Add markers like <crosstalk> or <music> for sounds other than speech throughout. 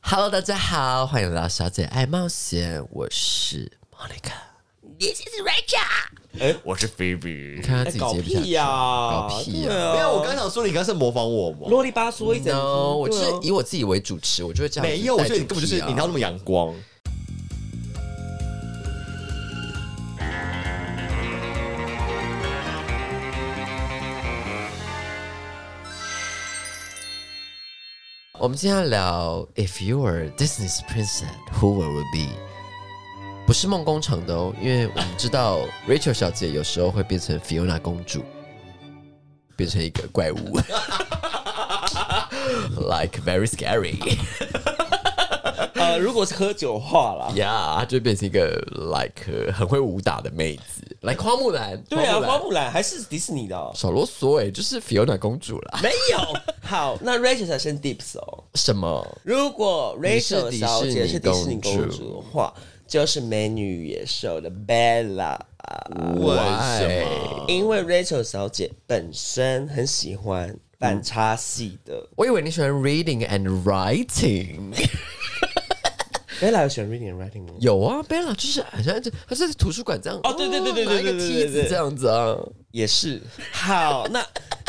Hello，大家好，欢迎来到小姐爱冒险，我是 Monica。 This is Rachel。哎，我是菲比嗯你，看他自哎己搞接不下屁去，呀，搞屁呀、对啊！啊没有，我刚想说你刚是模仿我嘛？啰里吧嗦一整天。 No，我就对啊是以我自己为主持，我就会这样子带没主题啊。哎有，我觉得你根本就是你要那么阳光。我们今天要聊，If you were Disney's princess, who would you be？不是梦工厂的哦，因为我们知 <laughs> 道 Rachel 小姐有时候会变成 Fiona 公主，变成一个怪 <laughs> 物 <laughs> ，like very scary。呃，如果是喝酒的话啦，呀，她就变成一个 like 呃很会武打的妹子，like 花木兰。对啊，花木花兰木兰还是迪士尼的哦。少啰嗦哎、就是 Fiona 公主啦。没有， <laughs> 好，那 Rachel 才先 Dips 哦。什么？如果你是 Rachel 小姐是迪迪士士尼尼公主公主的话，就是美女与野兽的 Bella，为什么？因为 Rachel 小姐本身很喜欢反差系的。我以为你喜欢 reading and writing。 Bella 有喜欢 reading and writing 吗？有啊，Bella 就是好像就她是在图书馆这样哦对对对对对拿一个对对梯对子对这样子啊。也是。好，那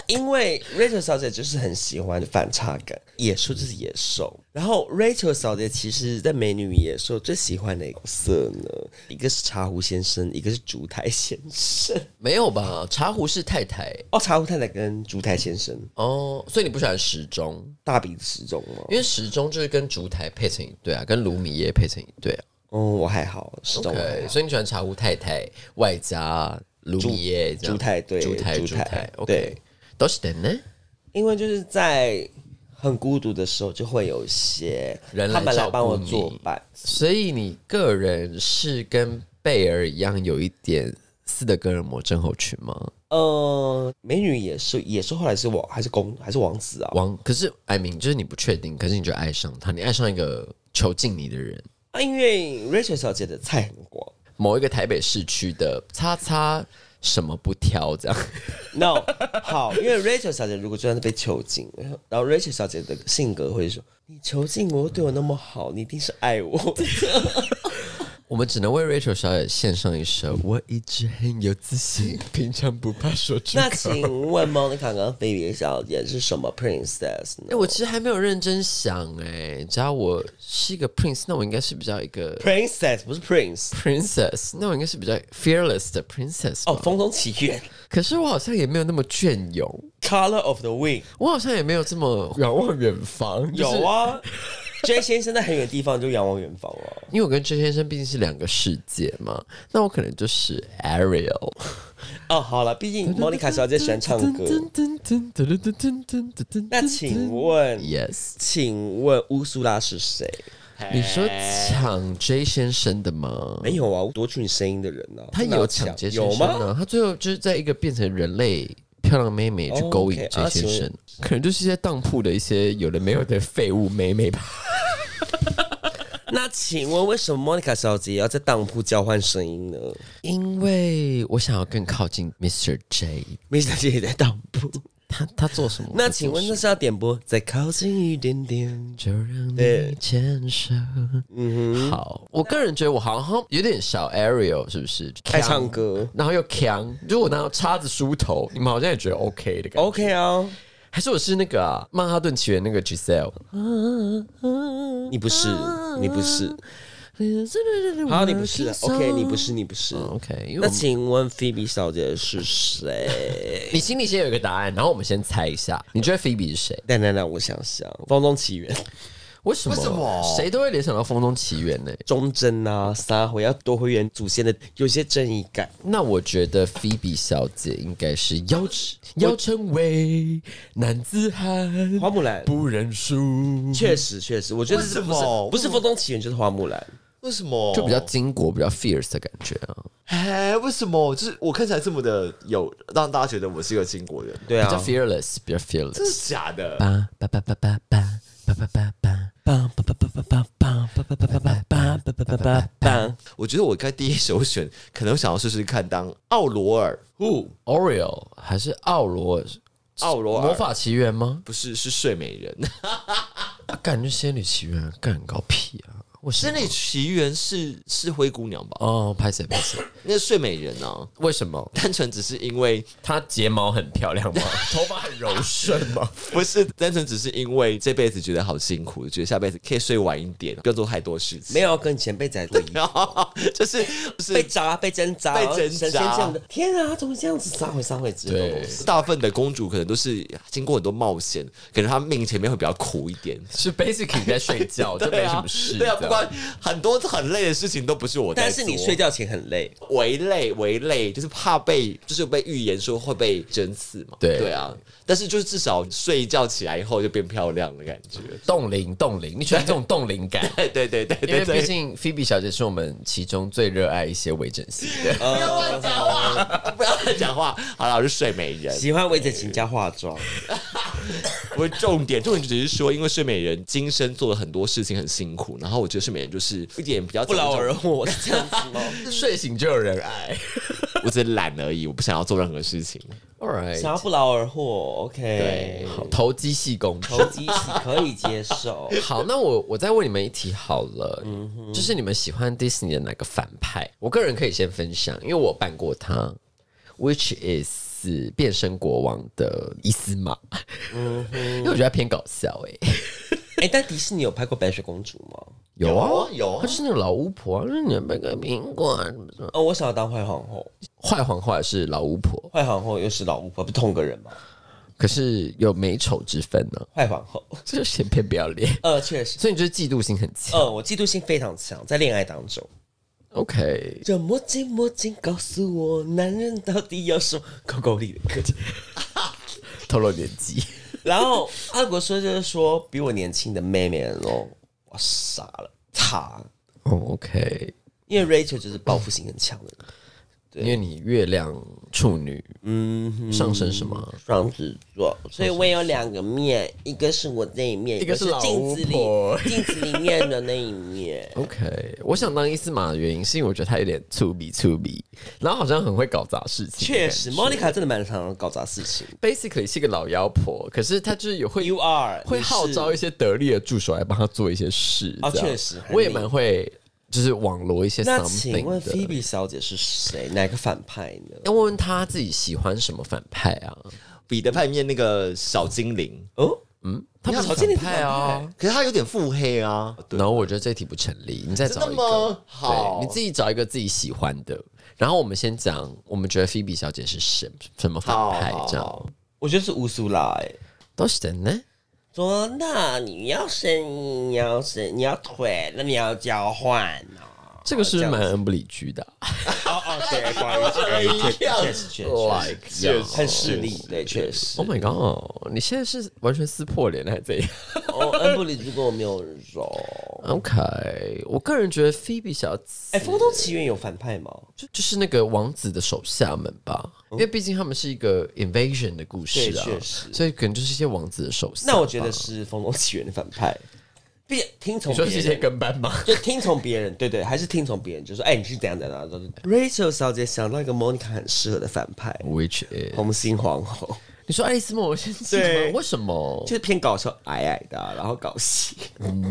因为 Rachel 小姐就是很喜欢反差感，野兽就是野兽。然后 Rachel 小姐其实，在《美女与野兽》最喜欢的角色呢，一个是茶壶先生，一个是烛台先生。 <laughs> 没有吧？茶壶是太太哦，茶壶太太跟烛台先生，哦，所以你不喜欢时钟，大鼻子时钟吗？因为时钟就是跟烛台配成一对啊，跟卢米耶配成一对啊。哦，我还好，时钟我还对，好。所以你喜欢茶壶太太外加卢米耶这样猪太对猪太猪猪太太，OK，对都是的呢。因为就是在很孤独的时候，就会有一些人来他们来照顾帮我你作伴。所以你个人是跟贝尔一样有一点斯德哥尔摩症候群吗？呃，美女野兽，野兽后来是王还是公还是王子啊？王，可是 I mean，就是你不确定，可是你就爱上他，你爱上一个囚禁你的人，啊，因为 Rachel 小姐的菜很广。某一个台北市区的叉叉什么不挑这样。 <laughs> No，好， <laughs> 因为 Rachel 小姐如果就算是被囚禁，然后然后 Rachel 小姐的性格会说：“你囚禁我，对我那么好，你一定是爱我。我们只能为 Rachel 小姐献上一首《我一直很有自信，平常不怕说出口》。那请问 Monica 跟 Phoebe 小姐是什么 princess 呢哎、我其实还没有认真想哎、只要我是一个 prince，那我应该是比较一个？Princess 不是 prince princess，那我应该是比较 fearless 的 princess 哦，吧《风中奇缘可是我好像也没有那么隽永，》 Color of the Wind 我好像也没有这么 <laughs> 遥望远方。就是有，啊。J 先生在很远的地方就仰望远方了、因为我跟周先生毕竟是两个世界嘛，那我可能就是 Ariel。哦，好了，毕竟 Monica 小姐喜欢唱歌。那请问，Yes，请问乌苏拉是谁？你说抢 J 先生的吗？没有啊，夺取你声音的人呢、啊？他哪有抢 J 先有生吗？啊，他最后就是在一个变成人类漂亮妹妹去勾引哦，OK， J 啊先请生问，可能就是一些当铺的一些有的没有的废物妹妹吧。 <laughs> 那请问为什么 Monica 小姐要在当铺交换声音呢因为我想要更靠近 Mr. J， ？Miss 小姐也在当铺。他他做什么？那请问那是要点播？再靠近一点点。就让你对牵手。嗯，好，我个人觉得我好像有点小 Ariel，是不是？爱唱歌然后又强，就我拿叉子梳头，你们好像也觉得 OK 的感觉。 OK 啊，还是我是那个啊，《曼哈顿起源》那个 Giselle。啊你不是，你不是，嗯好，你不是，OK，你不是，你不是。哦 OK，因为那我们请问 Phoebe 小姐是谁？你心里先有一个答案，然后我们先猜一下，你觉得菲比是谁？等等等，我想想，《风中奇缘》为什么？为什么谁都会联想到《风中奇缘》呢？忠贞啊，撒回要夺回原祖先的，有些正义感。那我觉得菲比小姐应该是要成要成为男子汉，花木兰不认输，确实确实，我觉得为这什不是么不是风中奇缘就是花木兰。为什么？就比较巾帼、比较 fierce 的感觉啊，哎，为什么？就是我看起来这么的有让大家觉得我是一个中国人，对比较啊， fearless，比较 fearless。真的假的？吧吧吧吧吧吧吧吧吧吧。棒棒棒棒棒棒棒棒棒棒棒棒棒棒棒。我觉得我该第一首选，可能想要试试看当奥罗尔，不， Oreo 还是奥罗？奥罗尔魔法奇缘吗？ <laughs> 不是是睡美人，啊干就仙女奇缘，干搞屁啊！我《是仙女奇缘》是是灰姑娘吧？哦，拍谁拍谁？那是睡美人啊，为什么？单纯只是因为她睫毛很漂亮吗？ <laughs> 头发很柔顺吗？不是单纯只是因为这辈子觉得好辛苦，觉得下辈子可以睡晚一点，不要做太多事情。没有跟前辈仔不一样，有，就是 <laughs> 就是被扎、被针扎、被神仙针扎这样的。天啊，怎么这样子杀回杀回之后，对，大部分的公主可能都是经过很多冒险，可能她命前面会比较苦一点。是 basically 在睡 <laughs> 觉，就没什么事。对啊，这不样管很多很累的事情都不是我在但做，是你睡觉前很累，为累为累，就是怕被就是被预言说会被整死嘛。对对啊，但是就是至少睡一觉起来以后就变漂亮的感觉。冻龄冻龄，你喜欢这种冻龄 <laughs> 感？ <laughs> 对对对对因为对毕对， <laughs> 竟菲比小姐是我们其中最热爱一些微整形的。呃不要乱讲话，不要乱讲话。好了，我是睡美人。喜欢围着请假化妆。我重点重点只是说，因为睡美人今生做了很多事情很辛苦，然后我觉得睡美人就是一点比较不劳而获是这样子吗？睡醒就有人爱。我只是懒而已，我不想要做任何事情。 <laughs> All <laughs> 想 right，要不劳而获，OK，好投机系工作。投机是可以接受。好，那我我再问你们一题好了，就是你们喜欢迪士尼的哪个反派？我个人可以先分享，因为我扮过他，which is 变身国王的伊斯玛，因为我觉得他偏搞笑哎、哎、但迪士尼有拍过白雪公主吗？有啊，有啊他就是那种老巫婆、啊，就是你们个苹果啊什么什么，哦，我想要当坏皇后，坏皇后也是老巫婆，啊坏皇后又是老巫婆，不同个人吗？可是有美丑之分呢、坏皇后，这就是偏偏不要脸，呃，确实，所以你就是嫉妒心很强。呃，我嫉妒心非常强，在恋爱当中。 OK，这魔镜魔镜告诉我，男人到底有什么狗狗里的歌？透露年纪， <laughs> 然后阿国说就是说，比我年轻的妹妹哦，我杀了她，哦、o k 因为 Rachel 就是报复心很强的人，因为你月亮处女，嗯，上升什么？双子座，所以我有两个面，一个是我那一面，一个是是老镜子巫婆里镜子里面的那一面。 <laughs> OK，我想当伊斯玛的原因是因为我觉得他有点粗鄙粗鄙，然后好像很会搞砸事情。确实，Monica 真的蛮常搞砸事情。 ，basically 是个老妖婆，可是她就是有会 You are 会号召一些。些得力的助手来帮她做一些事。哦这样确实我也蛮会就是网罗一些那请 something 问的。 Phoebe 小姐是谁？哪个反派呢？要问问她自己喜欢什么反派啊？彼得潘里面那个小精灵，哦，她不是曹经理反派啊。可是他有点腹黑啊。哦然后我觉得这题不成立，你再找一个吗，好对，你自己找一个自己喜欢的。然后我们先讲，我们觉得菲比小姐是什什么反派好好这样好？我觉得是乌苏拉哎、都是的呢。说那你要身，你要身，你要腿，那你要交换哦。这个是不是这样蛮子恩不理居的啊、哦哦，对，不好意思，哎确 <laughs> 确实确实 like 这样很势利，对，确 <laughs> 实 Oh。my Oh god！你现在是完全撕破脸了还是怎样哦，恩布里如果我没有揉， <laughs> <laughs> ？OK，我个人觉得菲比小姐哎，《风中奇缘》有反派吗？就就是那个王子的手下们吧，因为毕竟他们是一个 invasion 的故事嗯对啊确，实所以可能就是一些王子的手下吧。那我觉得是《风中奇缘》的反派，毕竟听从你说别是一些人跟班 <laughs> 吗？就听从别人，对对，还是听从别人，就说哎，你是怎样怎样怎样。Rachel 嗯小姐想到一个 Monica 很适合的反派， Which is 红心皇后，你说爱丽丝梦游仙境对吗？为什么 <laughs> 就是偏搞笑，矮矮的啊、然后搞戏， ？No，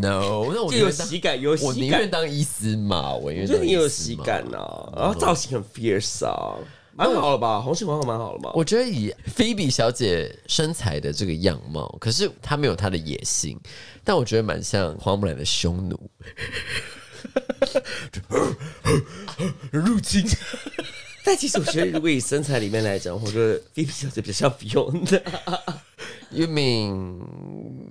那我就宁有愿当喜感， <laughs> 有我喜宁感，愿当伊斯玛，我宁愿就当你有伊斯喜玛。感呐、啊，然后造型很 fierce 啊，蛮好了吧？红心皇后蛮好了吧？我觉得以菲比小姐身材的这个样貌，可是她没有她的野心，但我觉得蛮像花木兰的匈奴。入侵，但其实我觉得，如果以身材里面来讲，我觉得 v i 小姐比较像 <laughs> Fiona， You mean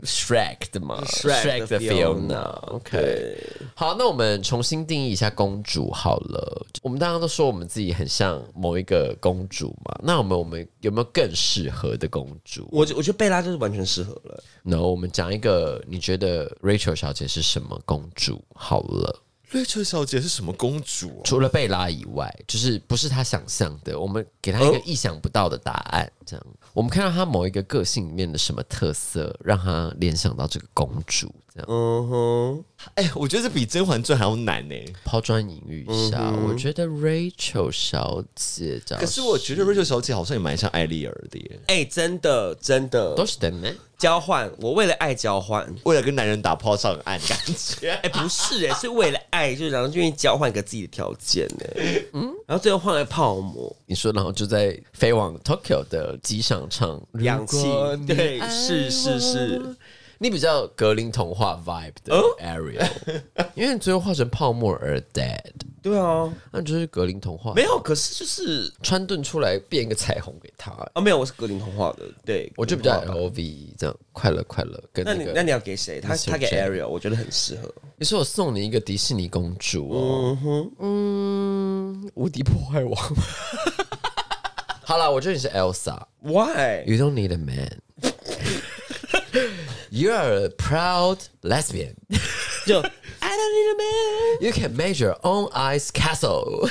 Shrek 的吗 Shrek 的 Fiona， OK，好，那我们重新定义一下公主好了。我们刚刚都说我们自己很像某一个公主嘛，那我们我们有没有更适合的公主？我觉我觉得贝拉就是完全适合了。然后我们讲一个，你觉得 Rachel 小姐是什么公主？好了，瑞秋小姐是什么公主、啊？除了贝拉以外，就是不是她想象的，我们给她一个意想不到的答案。这样，我们看到她某一个个性里面的什么特色，让她联想到这个公主。这样嗯哼，哎、我觉得这比《甄嬛传》还要难呢、抛砖引玉一下，我觉得 Rachel 小姐嗯讲，可是我觉得 Rachel 小姐好像也蛮像艾丽儿的耶。哎、真的真的都是的呢。交换，我为了爱交换。 <laughs> 为了跟男人打炮上岸，感觉 <laughs> 哎、不是哎、是为了爱，就然后愿意交换给自己的条件呢、嗯，然后最后换来泡沫、你说，然后就在飞往 Tokyo 的机上唱氧气，对，是是是，你比较格林童话 vibe 的 Ariel，、因为你最后化成泡沫而 dead，对啊，那就是格林童话。没有，可是就是川顿出来变一个彩虹给他、欸啊，没有，我是格林童话的，对，我就比较格林童话 L O V E 这样快乐快乐。跟那那你个，那你要给谁？他 Mr. 他给 J Ariel，我觉得很适合。你说我送你一个迪士尼公主哦，嗯无敌破坏王。 <laughs> 好啦，我觉得你是 Elsa。 Why？ You don't need a man. <laughs> You are a proud lesbian. <laughs> 就 I don't need a man， You can make your own ice castle.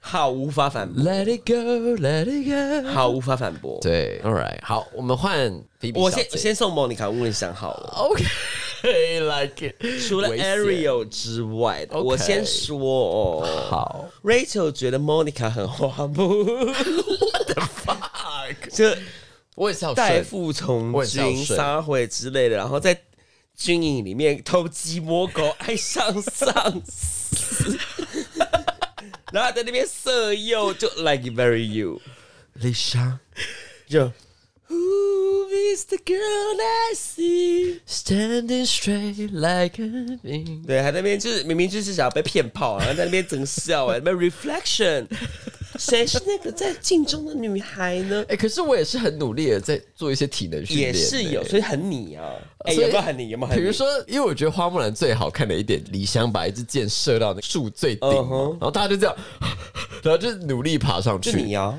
好无法反驳， Let it go, let it go. 好无法反驳。对，All right，好，我们换比比我先先送莫妮卡乌林想好了， <laughs> OK，like、it。除了危险 Ariel 之外，我先说哦。好 Rachel 觉得 Monica 很花木， ，fuck， <laughs> 就我也是要代顺，父从我很孝军、顺撒谎之类的，然后在军营里面偷鸡摸狗，爱上上司，然后在那边色诱，就 like very you，丽莎就 Who is the girl I see？ standing straight like a beam。对，还在那边就是明明就是想要被骗炮，啊然后在那边整笑哎，那边 reflection，谁是那个在镜中的女孩呢？哎、可是我也是很努力的在做一些体能训也练、是有，所以很你啊，哎、呃所以有没有很你？有没有很比你？如说，因为我觉得花木兰最好看的一点，李湘把一支箭射到那个树最顶嘛嗯哼然后大家就这样， <laughs> 然后就努力爬上就你去。啊，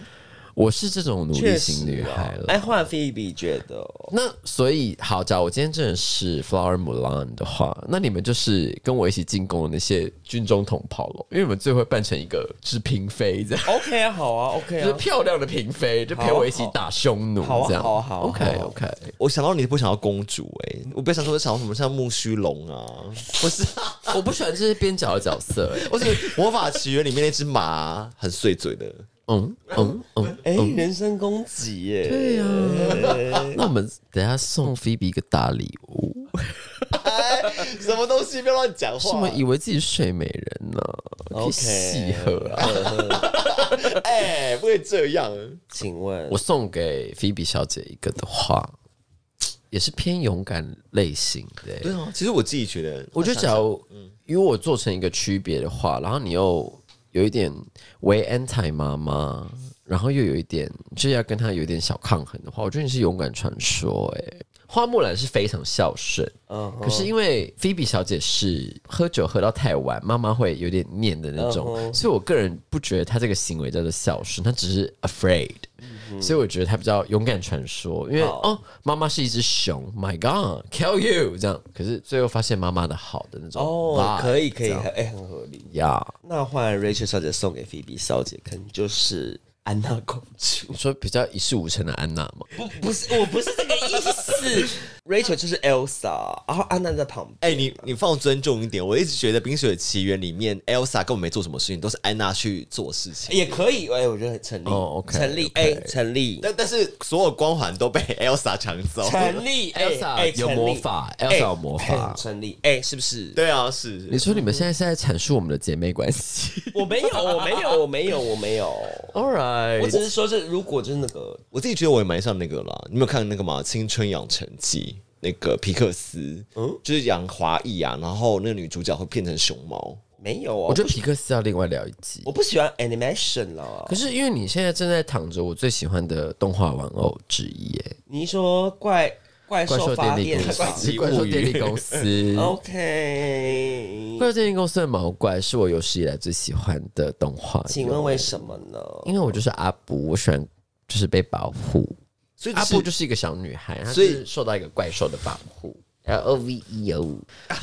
我是这种努力确型实女孩啊了。哎，换菲比觉得哦那所以好，假如我今天真的是 Flower Mulan 的话，那你们就是跟我一起进攻的那些军中同袍咯，因为你们最会扮成一个是嫔妃这样。 ，OK 啊，好啊，OK 就是啊。漂亮的嫔妃，就陪我一起打匈奴，好啊这样。好啊好啊好啊 OK OK，我想到你不想要公主哎、我不要想说想到什么像木须龙啊，或是我不喜欢这些边角的角色、哎或是魔法奇缘里面那只马很碎嘴 <laughs> 的， <laughs> 嗯嗯嗯，啊哎、人身攻击耶！对呀、那我们等一下送菲比一个大礼物。哎什么东西不要乱讲什么以为自己是睡美人呢、可以 OK 戏喝啊！哎、不可以这样。请问我送给菲比小姐一个的话，也是偏勇敢类型的、欸对啊，其实我自己觉得，我觉得，假如因为我做成一个区别的话，然后你又有一点为 anti 妈妈，然后又有一点就是要跟她有一点小抗衡的话，我觉得你是勇敢传说、哎，花木兰是非常孝顺，嗯可是因为菲比小姐是喝酒喝到太晚，妈妈会有点念的那种，嗯哼所以我个人不觉得她这个行为叫做孝顺，她只是 afraid。所以我觉得她比较勇敢传说，因为嗯好哦，妈妈是一只熊，My God，kill you 这样。可是最后发现妈妈的好的那种哦， vibe，可以可以，这样很哎、很合理。呀。那换 Rachel 小姐送给菲比小姐，可能就是安娜公主。 <laughs> 你说比较一事无成的安娜嘛？不，不是，我不是这个意思。Rachel <laughs> 就是 Elsa，然后安娜在旁边。哎、你你放尊重一点，我一直觉得《冰雪奇缘》里面 Elsa 根本没做什么事情，都是安娜去做事情。也可以，哎、我觉得很成立，哦，OK，成立， OK 哎、成立，但但是所有光环都被 <laughs> Elsa 抢走，成立哎 Elsa 哎有成立魔法哎 Elsa 有魔法哎成立，哎，是 <laughs> 不是？对啊，是你说你们现在是在阐述我们的姐妹关 <laughs> 系我没有，哦我没有，我没有，我没有， ？All 我 right，只是说是，如果就是那个我自己觉得我也蛮像那个啦。你有没有看那个嘛《青春养成记》？那个皮克斯，嗯，就是养华裔啊，然后那个女主角会变成熊猫。没有啊，我我觉得皮克斯要另外聊一集我。不喜欢 animation 了可。是因为你现在正在躺着我最喜欢的动画玩偶之一，哎，你说怪怪怪兽兽电发力电公厂。司，怪兽电力公司，OK，怪兽电力公司的毛怪是我有史以来最喜欢的动画。请问为什么呢？因为我就是阿布，我喜欢就是被保护。所以、阿就是、布啊就是一个小女孩，她所以是受到一个怪兽的保护。L O V E O，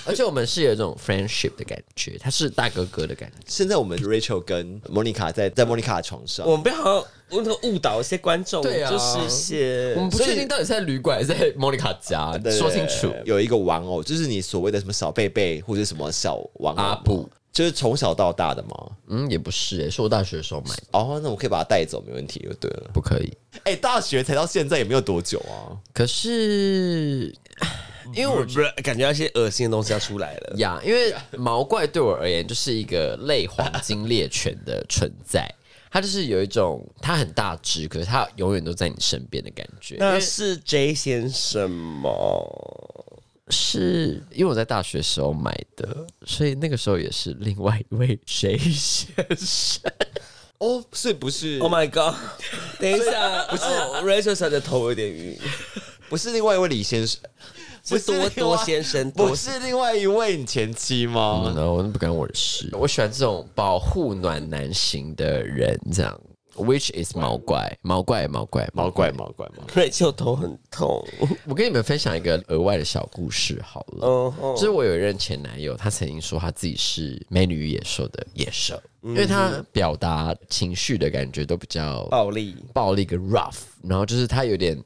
而且我们是有一种 friendship 的感觉，他是大哥哥的感觉。现在我们 Rachel 跟 Monica 在在 Monica 的床上，哦我们不要好像我那个误导一些观众，对啊就是一些我们不确定到底是在旅馆还是在 Monica 家，对说清楚。有一个玩啊偶，就是你所谓的什么小贝贝或者什么小玩偶嘛阿布，就是从小到大的嘛。嗯，也不是哎、是我大学的时候买的，哦，那我可以把它带走，没问题就对了。不可以。哎、大学才到现在也没有多久啊，可是因为我不是 <laughs> 感觉那些恶心的东西要出来了。呀，因为毛怪对我而言就是一个类黄金猎犬的存在，它就是有一种它很大只，可是它永远都在你身边的感觉。因那为是 J 先生吗？是因为我在大学时候买的，所以那个时候也是另外一位谁先生。哦，是不是？ Oh my god！等一 <laughs> 下，不是、Rachel 哦小姐头有点晕，不是另外一位李先生，不是多另外多先生，啊多不是另外一位你前妻吗？然后哦我不干我的事，我喜欢这种保护暖男型的人，这样。Which is 毛怪，毛怪，毛怪，毛怪，毛怪，毛怪 Rachel 头很痛。我跟你们分享一个额外的小故事好了。嗯哼就是我有一任前男友，他曾经说他自己是《美女与野兽》的野兽，因为他表达情绪的感觉都比较暴力，暴力跟 rough，然后就是他有点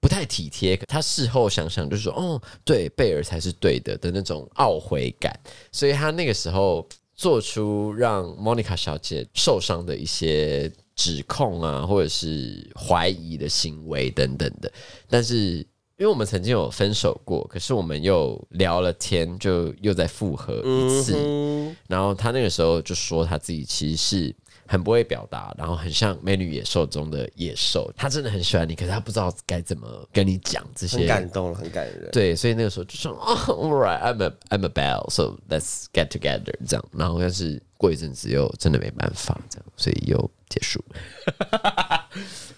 不太体贴。他事后想想就是说，哦，对，贝尔才是对的的那种懊悔感，所以他那个时候做出让 Monica 小姐受伤的一些指控啊，或者是怀疑的行为等等的，但是。因为我们曾经有分手过，可是我们又聊了天，就又再复合一次。然后他那个时候就说他自己其实是很不会表达，然后很像《美女野兽》中的野兽，他真的很喜欢你，可是他不知道该怎么跟你讲这很些。感动了，很感人。对，所以那个时候就说 <laughs> 哦、a l right, I'm a I'm a bell, so let's get together 这样。然后但是过一阵子又真的没办法这样，所以又结束。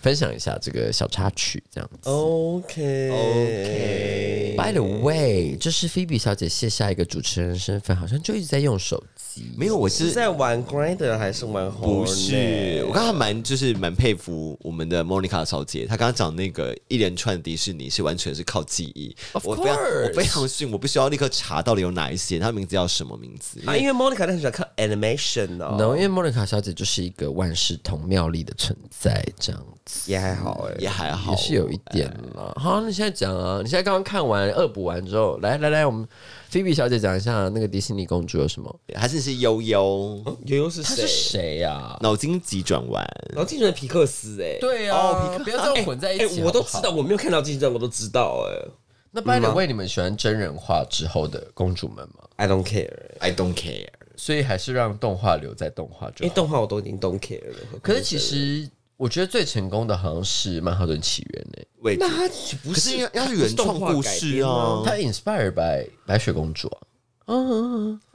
分享一下这个小插曲，这样子。 OK OK， By the way，就是菲比小姐卸下一个主持人身份，好像就一直在用手机。没有，我是是在玩 Grinder 还是玩 Hornet？不是，我刚刚蛮就是蛮佩服我们的 Monica 小姐，她刚刚讲那个一连串迪士尼是完全是靠记忆。我非常 course 我非常逊，我必须要立刻查到底有哪一些，她的名字叫什么名字？啊，因为 Monica 她很喜欢看 animation 哦， no，因为莫妮卡小姐就是一个万事同妙力的存在，这样子也还好哎、也还好，也是有一点啦。好，那你现在讲啊，你现在刚刚看完恶补完之后，来来来，我们菲比小姐讲一下那个迪士尼公主有什么？还是是悠悠悠悠是她谁是？谁呀？脑筋急转弯。然后竞争皮克斯哎、对呀、哦皮克不要这样混在一哎、起、好不好我都知道，。我没有看到竞争，我都知道哎、那 by the way，你们喜欢真人化之后的公主们吗？ I don't care，哎 I don't care。所以还是让动画留在动画就因为好。动画我都已经 don't care 了。可是其实我觉得最成功的好像是《曼哈顿起源》欸呢、喂，那他不可是是因为它是原创故事啊，他 inspire by 白雪公主啊，嗯嗯嗯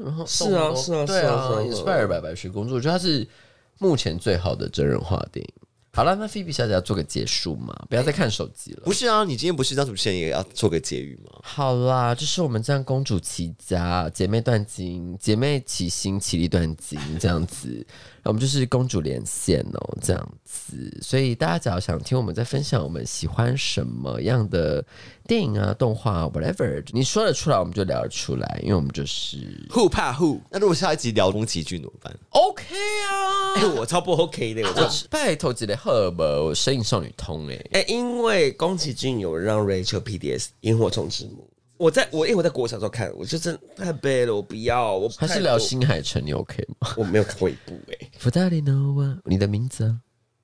嗯，然后是啊是啊对是啊是啊，inspire by 白雪公主，我觉得它是目前最好的真人化电影。好了，那菲比小姐要做个结束嘛，不要再看手机了不。是啊，你今天不是当主持人也要做个结语吗？好啦，就是我们这样公主齐家，姐妹断金，姐妹齐心，其力断金这样子，我们就是公主连线哦，这样子。所以大家只要想听我们在分享我们喜欢什么样的电影啊、动画、啊、whatever，你说得出来我们就聊得出来，因为我们就是互怕互，那如果下一集聊宫崎骏怎么办？ OK 啊。哎、我超不 OK 的，我我超。拜托几的赫伯《神影少女通》哎， <laughs> 哎、因为宫崎骏有让 Rachel PDS 萤火虫之墓，我在我因为我在国小时候看，我就真的太悲了，我不要，我还太是聊新海诚，你 OK 吗我没有看过一部哎、 f u d a r i no wa，你的名字啊。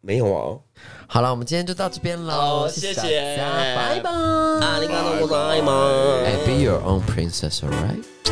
没有啊。好了，我们今天就到这边喽，谢谢啊大家，拜拜。哎ありがとうございます。 Hey, be your own princess, alright?